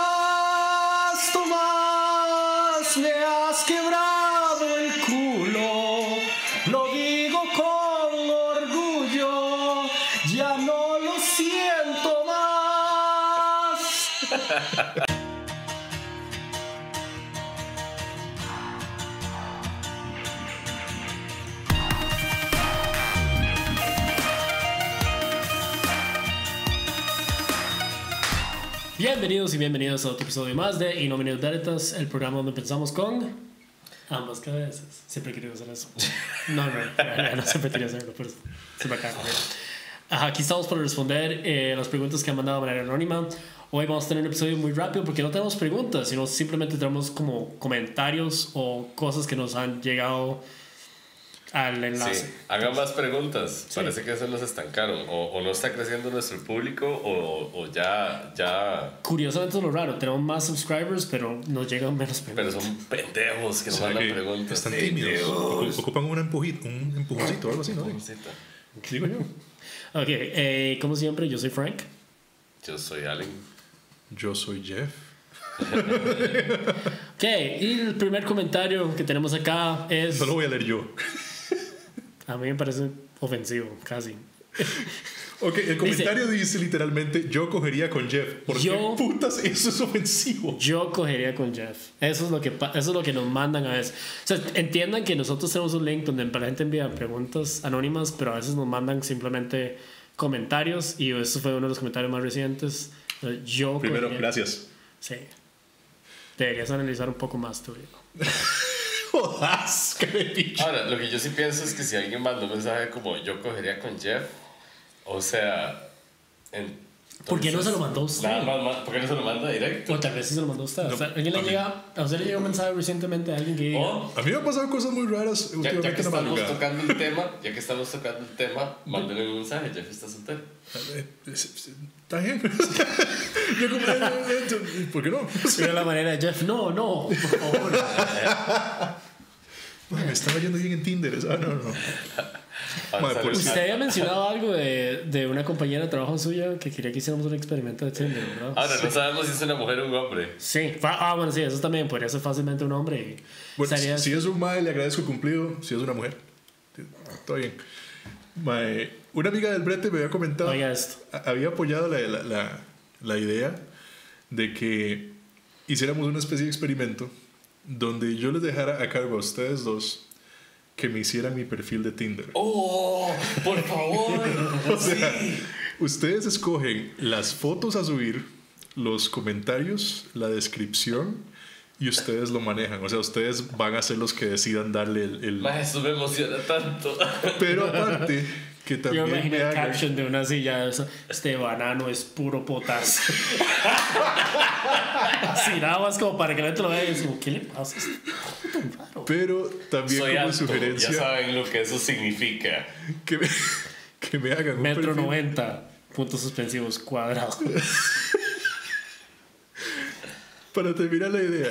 Tomás, Tomás, me has quebrado el culo. Lo digo con orgullo, ya no lo siento más. Bienvenidos y bienvenidas a otro episodio más de Inominutetas, el programa donde pensamos con ambas cabezas. Siempre he querido hacer eso. No, no, no, no, no, siempre quería hacerlo, pero se me acaba. Ajá, Aquí estamos para responder eh, las preguntas que han mandado de manera anónima. Hoy vamos a tener un episodio muy rápido porque no tenemos preguntas, sino simplemente tenemos como comentarios o cosas que nos han llegado al enlace. Sí, hagan más preguntas. Parece que eso nos estancaron. O, o no está creciendo nuestro público, o, o ya, ya. Curiosamente es lo raro, tenemos más subscribers, pero nos llegan menos preguntas. Pero son pendejos que nos sea, mandan que preguntas. Están tímidos. Ocu- Ocupan un, empujito, un empujoncito o algo así, ¿no? Pobrecita. Digo yo. Ok, eh, como siempre, yo soy Frank. Yo soy Allen. Yo soy Jeff. Ok, y el primer comentario que tenemos acá es... Solo voy a leer yo. A mí me parece ofensivo, casi. Ok, el comentario dice, literalmente, yo cogería con Jeff. ¿Por Yo- qué putas eso es ofensivo? Yo cogería con Jeff. Eso es lo que, pa- eso es lo que nos mandan a veces. O sea, entiendan que nosotros tenemos un link donde la gente envía preguntas anónimas, pero a veces nos mandan simplemente comentarios y eso fue uno de los comentarios más recientes. Eh, Yo Primero, cogería- gracias. Sí. Deberías analizar un poco más tu vida. Jodas, qué me picho. Ahora, lo que yo sí pienso es que si alguien manda un mensaje como yo cogería con Jeff, o sea. en- ¿Por qué no se lo mandó entonces, usted? Nada más, ma- ¿por qué no se lo manda directo? O tal vez sí se lo mandó a usted. No, O sea, ¿alguien le a mí. llega, a usted le llega un mensaje recientemente de alguien que diga, O, A mí me han pasado cosas muy raras ya, ya últimamente que en la estamos madrugada. tocando el tema, ya que estamos tocando el tema, mándenle un mensaje, Jeff está soltero. Eh, es- es- Está bien. Yo como, eh, eh, eh, ¿Por qué no? Pero la manera de Jeff, no, no, por favor. Me estaba yendo bien en Tinder. esa- no, no. Ahora Madre, sale pues, un- Usted había mencionado algo de, de una compañera de trabajo suya que quería que hiciéramos un experimento de Tinder, ¿verdad? Ah, Ahora, no sabemos si es una mujer o un hombre. Sí, fa- ah, bueno, sí, eso también podría ser fácilmente un hombre. y Bueno, estaría- si es un mae, le agradezco el cumplido. Si es una mujer, todo bien. Mae, una amiga del brete me había comentado, Oiga esto. a- había apoyado la, la- la- la idea de que hiciéramos una especie de experimento donde yo les dejara a cargo a ustedes dos que me hicieran mi perfil de Tinder. ¡Oh! ¡Por favor! O sea, ustedes escogen las fotos a subir, los comentarios, la descripción y ustedes lo manejan. O sea, ustedes van a ser los que decidan darle el... el- Más eso me emociona tanto. Pero aparte, que Yo también imaginé me el hagan... caption de una silla de esa, Este banano es puro potasio. Así nada más como para que la gente lo vea y es como, ¿qué le pasa? a este tipo tan raro?" Pero también Soy como alto, ya sugerencia saben lo que eso significa. que me, que me hagan un Metro perfil- 90, puntos suspensivos cuadrados. Para terminar la idea,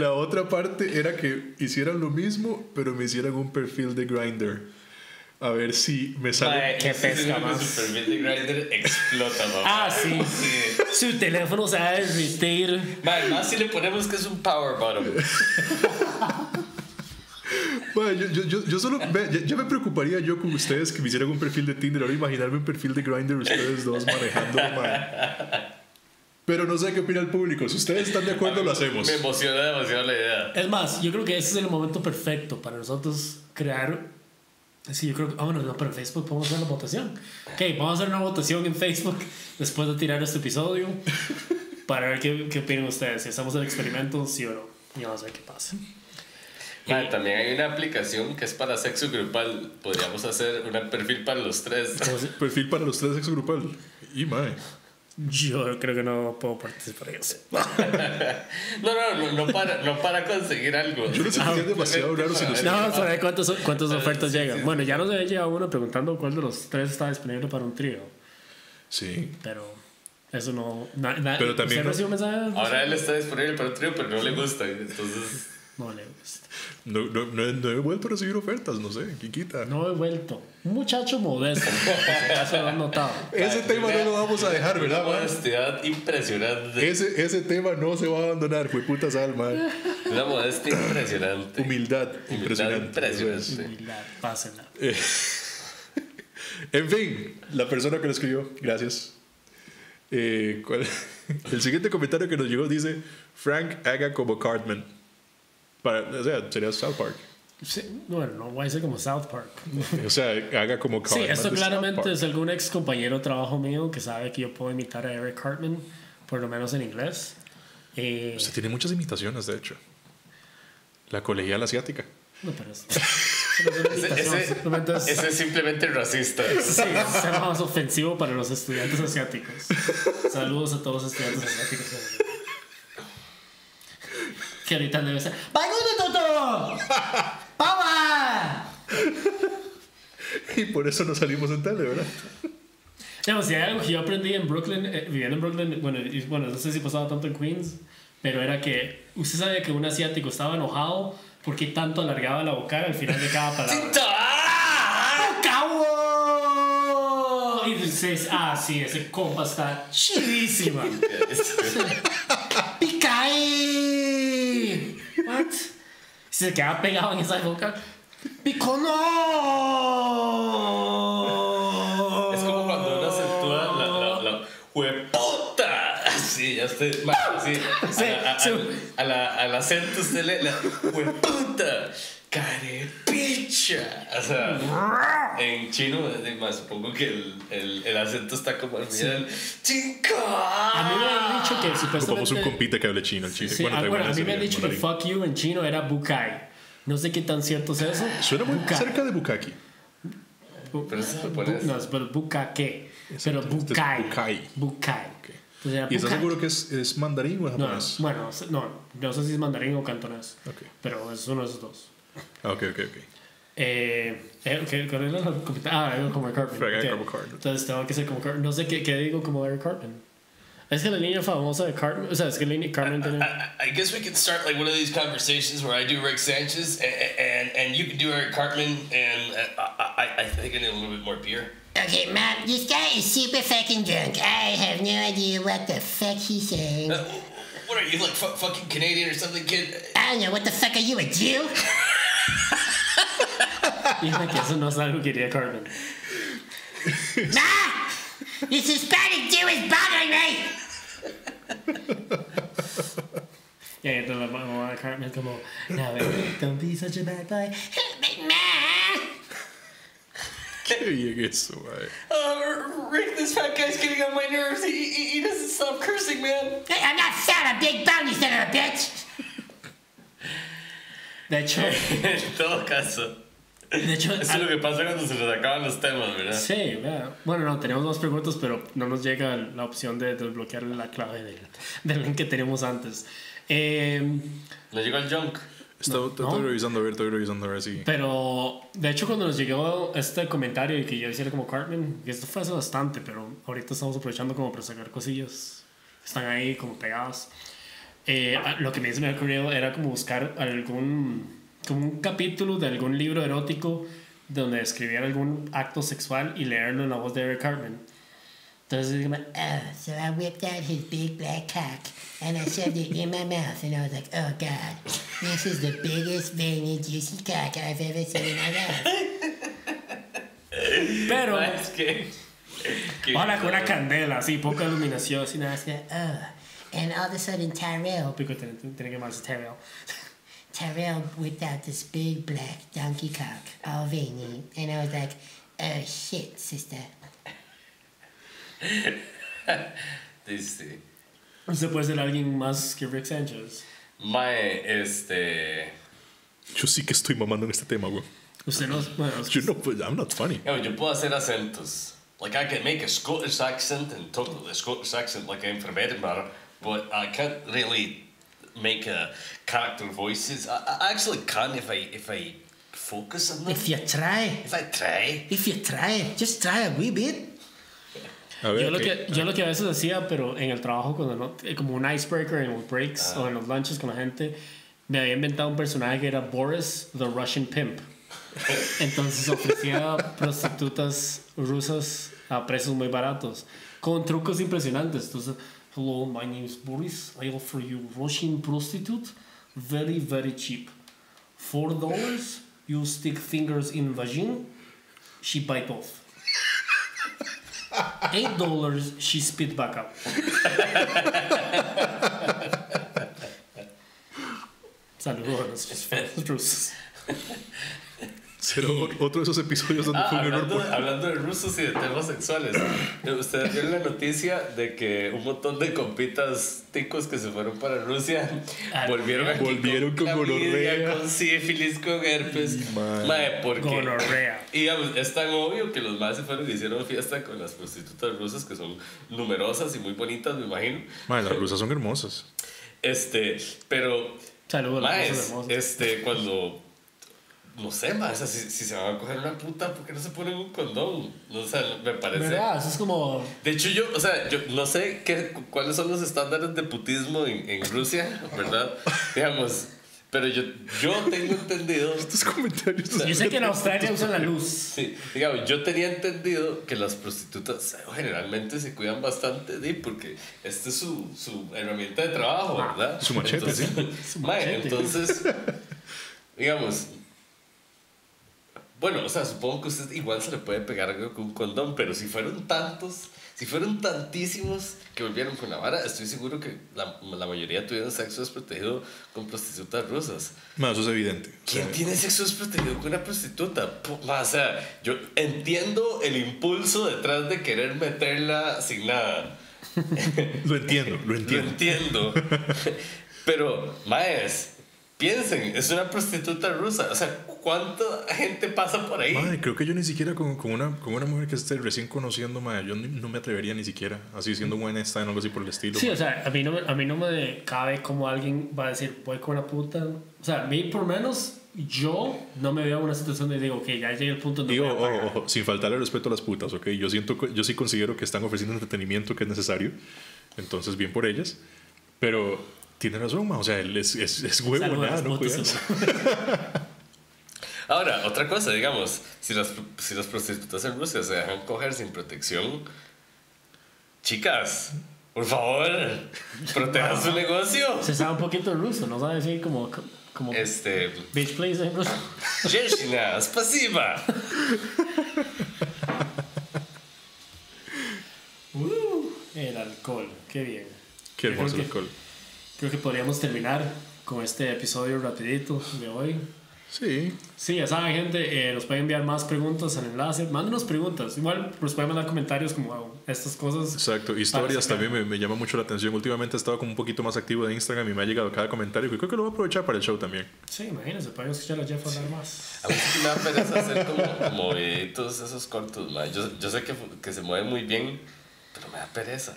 la otra parte era que hicieran lo mismo, pero me hicieran un perfil de Grinder. A ver si me sale... Mae, qué ese pesca síndrome más. super bien de Grindr explota, mamá. Ah, sí. Sí. Su teléfono se va a derretir. Mae, más si le ponemos que es un power bottom. Mae, yo, yo- yo- yo solo... ve, ya, ya me preocuparía yo con ustedes que me hicieran un perfil de Tinder. Ahora imaginarme un perfil de Grinder ustedes dos manejando. mae. Pero no sé qué opina el público. Si ustedes están de acuerdo, lo hacemos. Me emociona demasiado la idea. Es más, yo creo que ese es el momento perfecto para nosotros crear. Sí, yo creo que. Ah, bueno, no, pero en Facebook podemos hacer la votación. Ok, vamos a hacer una votación en Facebook después de tirar este episodio para ver qué, qué opinan ustedes. Si hacemos el experimento, sí o no. Y vamos a ver qué pasa. Mae, también hay una aplicación que es para sexo grupal. Podríamos hacer un perfil para los tres. Entonces, Perfil para los tres sexo grupal. Y mae. yo creo que no puedo participar en eso. No, no, no, no para, no para conseguir algo. Yo no sé Sino si es demasiado raro si los- No, vamos a ver cuántas, cuántas ofertas llegan. Bueno, ya nos había llegado uno preguntando cuál de los tres está disponible para un trío. Sí. Pero eso no. na- na- Pero también Ah. ¿usted no- recibió mensajes? Ahora él está disponible para un trío, pero no le gusta. Entonces, No pues, le gusta. No, no, no, no he vuelto a recibir ofertas, no sé, ¿qué quita? No he vuelto. Un muchacho modesto. por si acaso lo han notado. Ese tema no lo vamos a dejar, ¿verdad, Eh. Una man? modestia impresionante. Ese, ese tema no se va a abandonar, puta alma. Una modestia impresionante. Humildad, impresionante. Eh, impresionante. Y la pásenla. En fin, la persona que lo escribió, gracias. Eh, ¿cuál- El siguiente comentario que nos llegó dice: Frank haga como Cartman. Para, o sea, sería South Park. Sí, bueno, no voy a ser como South Park. O sea, haga como Sí, Cartman. esto de South claramente Park. es algún ex compañero de trabajo mío que sabe que yo puedo imitar a Eric Cartman, por lo menos en inglés. Eh, Se tiene muchas imitaciones, de hecho. La colegial asiática. no, pero es, eso no es una Ese, imitación, ese- simplemente es- ese es simplemente racista. Pues Sí, es algo más ofensivo para los estudiantes asiáticos. Saludos a todos los estudiantes asiáticos. Que ahorita debe ser. ¡Bagune Toto! ¡Pava! Y por eso no salimos en tele, ¿verdad? Digamos, si hay algo que yo aprendí en Brooklyn, eh, viviendo en Brooklyn, bueno, y- bueno, no sé si pasaba tanto en Queens, pero era que usted sabía que un asiático estaba enojado porque tanto alargaba la vocal al final de cada palabra. ¡Cabo! ¡Oh, Y dices, ah, sí, ese compa está chidísima. ¡Picay! ¿What? Se quedaba pegado en esa boca. Oh, ¡Picono! Es como cuando uno acentúa la, la, la hueputa. Sí, ya usted. ma, sí, Sí, a, la- a- sí. al- a la- al acento usted le. La hueputa. Carepicha. O sea, en chino, eh, ma, supongo que el, el, el acento está como al final. ¡Chinga! A mí me han dicho que Ocupamos un supuestamente. compita que hable chino, el chile. Sí, ah, bueno, a mí me han dicho que fue fuck you en chino era bukai. No sé qué tan cierto es eso. Ah, Suena muy Bukai. cerca de Bukaki. Bu- Pero eso se bu- pone así. No, es pero bukaque. Pero Exacto, este es bukai. bukai. Bukai. Entonces era ¿Y estás bukai. seguro que es, es mandarín o es No, no, japonés? bueno, no, no sé si es mandarín o cantonés. Ok. Pero es uno de esos dos. Ah, ok, ok, ok. Eh, eh, ¿qué- cuál era la compita- Ah, digo como Eric Cartman. Frank, ok. como Cartman. Entonces tengo que ser como Cartman. No sé qué, qué digo como Eric Cartman. Es que la línea famosa de Cartman. O sea, es que la línea Cartman tiene. I, I guess we could start like one of these conversations where I do Rick Sanchez and and, and you can do Eric Cartman and uh, I, I, I think I need a little bit more beer. Okay, Mom, this guy is super fucking drunk. I have no idea what the fuck he's saying. Uh, what are you like fu- fucking Canadian or something, kid? I don't know, what the fuck are you, a Jew? Dije que eso no es algo que diría Cartman. Ma! This Hispanic Jew is bothering me! Y ahí entonces la mamá de Cartman es como. No, baby, don't be such a bad boy. But Ma! Qué bien eso, mae. Uh, Rick, this fat guy's getting on my nerves. He, he, he doesn't stop cursing, man. Hey, I'm not fat, I'm big boned, you son of a bitch! De hecho, En todo caso, de hecho. eso es lo que pasa cuando se nos acaban los temas, ¿verdad? Sí, vea. bueno, no, tenemos más preguntas, pero no nos llega la opción de desbloquear la clave del, del link que teníamos antes. Eh, No llegó el junk. Estaba- Estoy no. revisando, a ver, estoy revisando, a ver si. Pero de hecho cuando nos llegó este comentario y que yo hiciera como Cartman, que esto fue hace bastante, pero ahorita estamos aprovechando como para sacar cosillas. Están ahí como pegadas. Eh, a- lo que me me había ocurrido era como buscar algún como un capítulo de algún libro erótico donde escribiera algún acto sexual y leerlo en la voz de Eric Cartman. Entonces dije, Oh, so I whipped out his big black cock and I shoved it in my mouth and I was like, oh god, this is the biggest, veiny, juicy cock I've ever seen in my life. pero Ah, es que. que- ahora con una candela, así poca iluminación, así nada, así. So, oh, and all of a sudden Tyrell Pico, tiene- tiene que llamarse Terrell. Tyrell whipped out this big black donkey cock, all veiny, and I was like, oh shit, sister. Dice. Usted puede ser alguien más que Rick Sanchez. Mae, este. Yo sí que estoy mamando en este tema, güey. Usted no. Bueno, Yo no, pues, I'm not funny. Yeah, yo puedo hacer acentos. Like I can make a Scottish accent and talk with a Scottish accent like I'm from Edinburgh, but I can't really make a character voices. I, I actually can if I if I focus on them. If you try, If I try. if you try, just try a wee bit. A ver, yo, lo ok. que, yo lo que a veces hacía, pero en el trabajo, cuando no- eh, como un icebreaker en los breaks o en los lunches con la gente, me había inventado un personaje que era Boris the Russian Pimp. Entonces ofrecía prostitutas rusas a precios muy baratos, con trucos impresionantes. Entonces, hello, my name is Boris. I offer you Russian prostitute, very, very cheap. Four dollars, you stick fingers in vagina, she bite off. Eight dollars, she spit back up. Saludos a los rusos. Será o- otro de esos episodios donde Ah, fue un pues. error. hablando, por- hablando de rusos y de temas sexuales, ustedes vieron la noticia de que un montón de compitas ticos que se fueron para Rusia Ah, volvieron aquí volvieron con clamidia, gonorrea. con sífilis, con herpes. madre. Mae, porque Gonorrea. y digamos, es tan obvio que los más se fueron y hicieron fiesta con las prostitutas rusas que son numerosas y muy bonitas, me imagino. Madre, las rusas son hermosas. Este, pero Saludos a Mae, los es- rusos hermosos. este, cuando. No sé, mae, o sea, si, si se van a coger una puta, ¿por qué no se ponen un condón? No, o sea, me parece. ¿Verdad? Eso es como. De hecho, yo, o sea, yo no sé qué, cu- cuáles son los estándares de putismo en, en Rusia, ¿verdad? Digamos, pero yo, yo tengo entendido. Estos comentarios. Yo sé que en Australia usan la luz. Sí, digamos, yo tenía entendido que las prostitutas generalmente se cuidan bastante, ¿sí? porque esta es su, su herramienta de trabajo, ¿verdad? Su machete, entonces, Su Mae, machete. entonces, digamos, bueno, o sea, supongo que usted igual se le puede pegar algo con un condón, pero si fueron tantos, si fueron tantísimos que volvieron con la vara, estoy seguro que la, la mayoría tuvieron sexo desprotegido con prostitutas rusas. Madre, eso es evidente. O sea, ¿Quién tiene sexo desprotegido con una prostituta? Po- ma, O sea, yo entiendo el impulso detrás de querer meterla sin nada. Lo entiendo, lo Lo entiendo. entiendo. Pero, maes, piensen, es una prostituta rusa. O sea, ¿cuánta gente pasa por ahí? Madre, creo que yo ni siquiera con, con una, con una mujer que esté recién conociendo, madre, yo ni- no me atrevería ni siquiera, así siendo buena esta o algo así por el estilo. Sí, o sea, a mí, no, me- a mí no me cabe como alguien va a decir, voy con una puta. O sea, a mí por lo menos yo no me veo en una situación de digo, ok, ya llegué al punto donde. Digo, voy a pagar". ojo, ojo, sin faltarle respeto a las putas, ¿ok? Yo, siento, que- yo sí considero que están ofreciendo entretenimiento que es necesario, entonces bien por ellas, pero tiene razón, ma, o sea, él es, es, es huevo, Saludos a nada, las no putas, cuidarse. saludos. Ahora, otra cosa, digamos, si las, si las prostitutas en Rusia se dejan coger sin protección, chicas, por favor, protejan su negocio. Se sabe un poquito ruso, no sabe decir como. como Este, Bitch, please, ¿eh? en ruso. Женщина, спасибо. Uh, el alcohol, qué bien. Qué Yo hermoso el creo que- alcohol. Creo que podríamos terminar con este episodio rapidito de hoy. Sí, Sí, ya saben, gente, eh, nos pueden enviar más preguntas al enlace. Mándenos preguntas. Igual nos pueden mandar comentarios como "Wow, estas cosas. exacto. Historias sacar. también me, me llama mucho la atención. Últimamente he estado como un poquito más activo de Instagram y me ha llegado cada comentario que creo que lo voy a aprovechar para el show también. Sí, imagínense, pueden escuchar a Jeff hablar más. A mí sí Ah, me da pereza hacer como, como videitos esos cortos, ma. Yo, yo sé que, fu- que se mueve muy bien, pero me da pereza.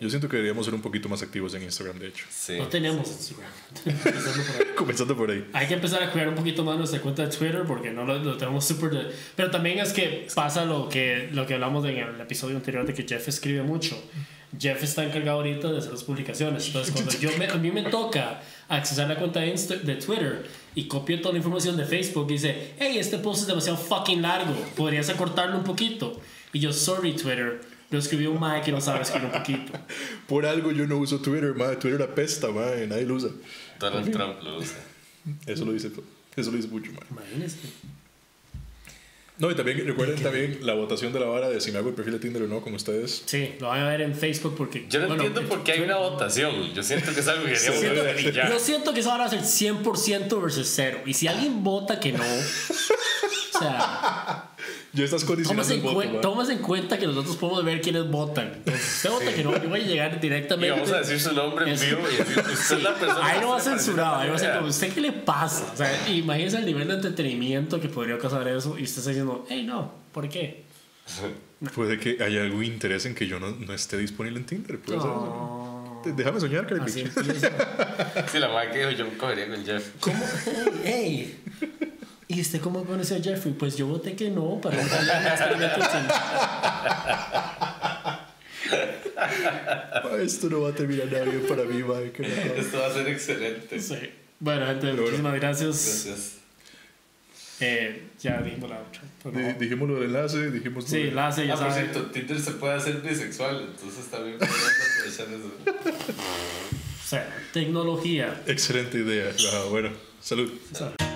Yo siento que deberíamos ser un poquito más activos en Instagram, de hecho. Sí. No tenemos Instagram. Empezando por ahí. Comenzando por ahí. Hay que empezar a cuidar un poquito más nuestra cuenta de Twitter porque no lo, lo tenemos súper... de- Pero también es que pasa lo que, lo que hablamos en el episodio anterior de que Jeff escribe mucho. Jeff está encargado ahorita de hacer las publicaciones. Entonces, cuando yo me- a mí me toca accesar la cuenta de, Insta- de Twitter y copio toda la información de Facebook, dice, hey, este post es demasiado fucking largo, podrías acortarlo un poquito. Y yo, sorry Twitter, lo escribió un Mike que no sabe escribir un poquito. Por algo yo no uso Twitter, madre. Twitter apesta, madre. Nadie lo usa. Donald Trump lo usa. Eso lo dice, eso lo dice mucho, madre. Imagínense. No, y también recuerden también la votación de la vara de si me hago el perfil de Tinder o no con ustedes. Sí, lo van a ver en Facebook porque... Yo no bueno, eh, entiendo por qué hay una votación. Yo siento que es algo que deberíamos siento- ver y Yo ya. siento que eso ahora va a ser 100% versus 0. Y si alguien vota que no, o sea, Ya estás tomas condicionando el en, voto, cuen- madre. tomas en cuenta que nosotros podemos ver quiénes votan. Entonces, si usted vota que no, yo voy a llegar Y vamos a directamente. decir su nombre en Es- vivo y decir, usted es la persona. Ahí lo va que se censurado, ahí lo va parece censurado. ¿Usted qué le pasa? O sea, imagínese el nivel de entretenimiento que podría causar eso y usted está diciendo, hey, no, ¿por qué? Puede que haya algún interés en que yo no, no esté disponible en Tinder. puede ser. No. Te- Déjame soñar, Karen Oh. Así Pichi. empieza. a- Sí, la madre que dijo, yo me cogería con Jeff. ¿Cómo? Hey, hey. ¿Y usted cómo conoció a Jeffrey? Pues yo voté que no para no hablar de experimentos en- Esto no va a terminar nada bien para mí, madre. qué raro. Esto va a ser excelente. Sí. Bueno, gente, Pero bueno. muchísimas gracias. Gracias. Eh, ya dijimos la otra. por Di- favor. Dijimos lo del enlace, dijimos. lo Sí, del- la hace, ya Ah, por saben. cierto, Tinder se puede hacer bisexual, entonces también podemos aprovechar eso. O sea, tecnología. Excelente idea. Ah, bueno, salud. O sea,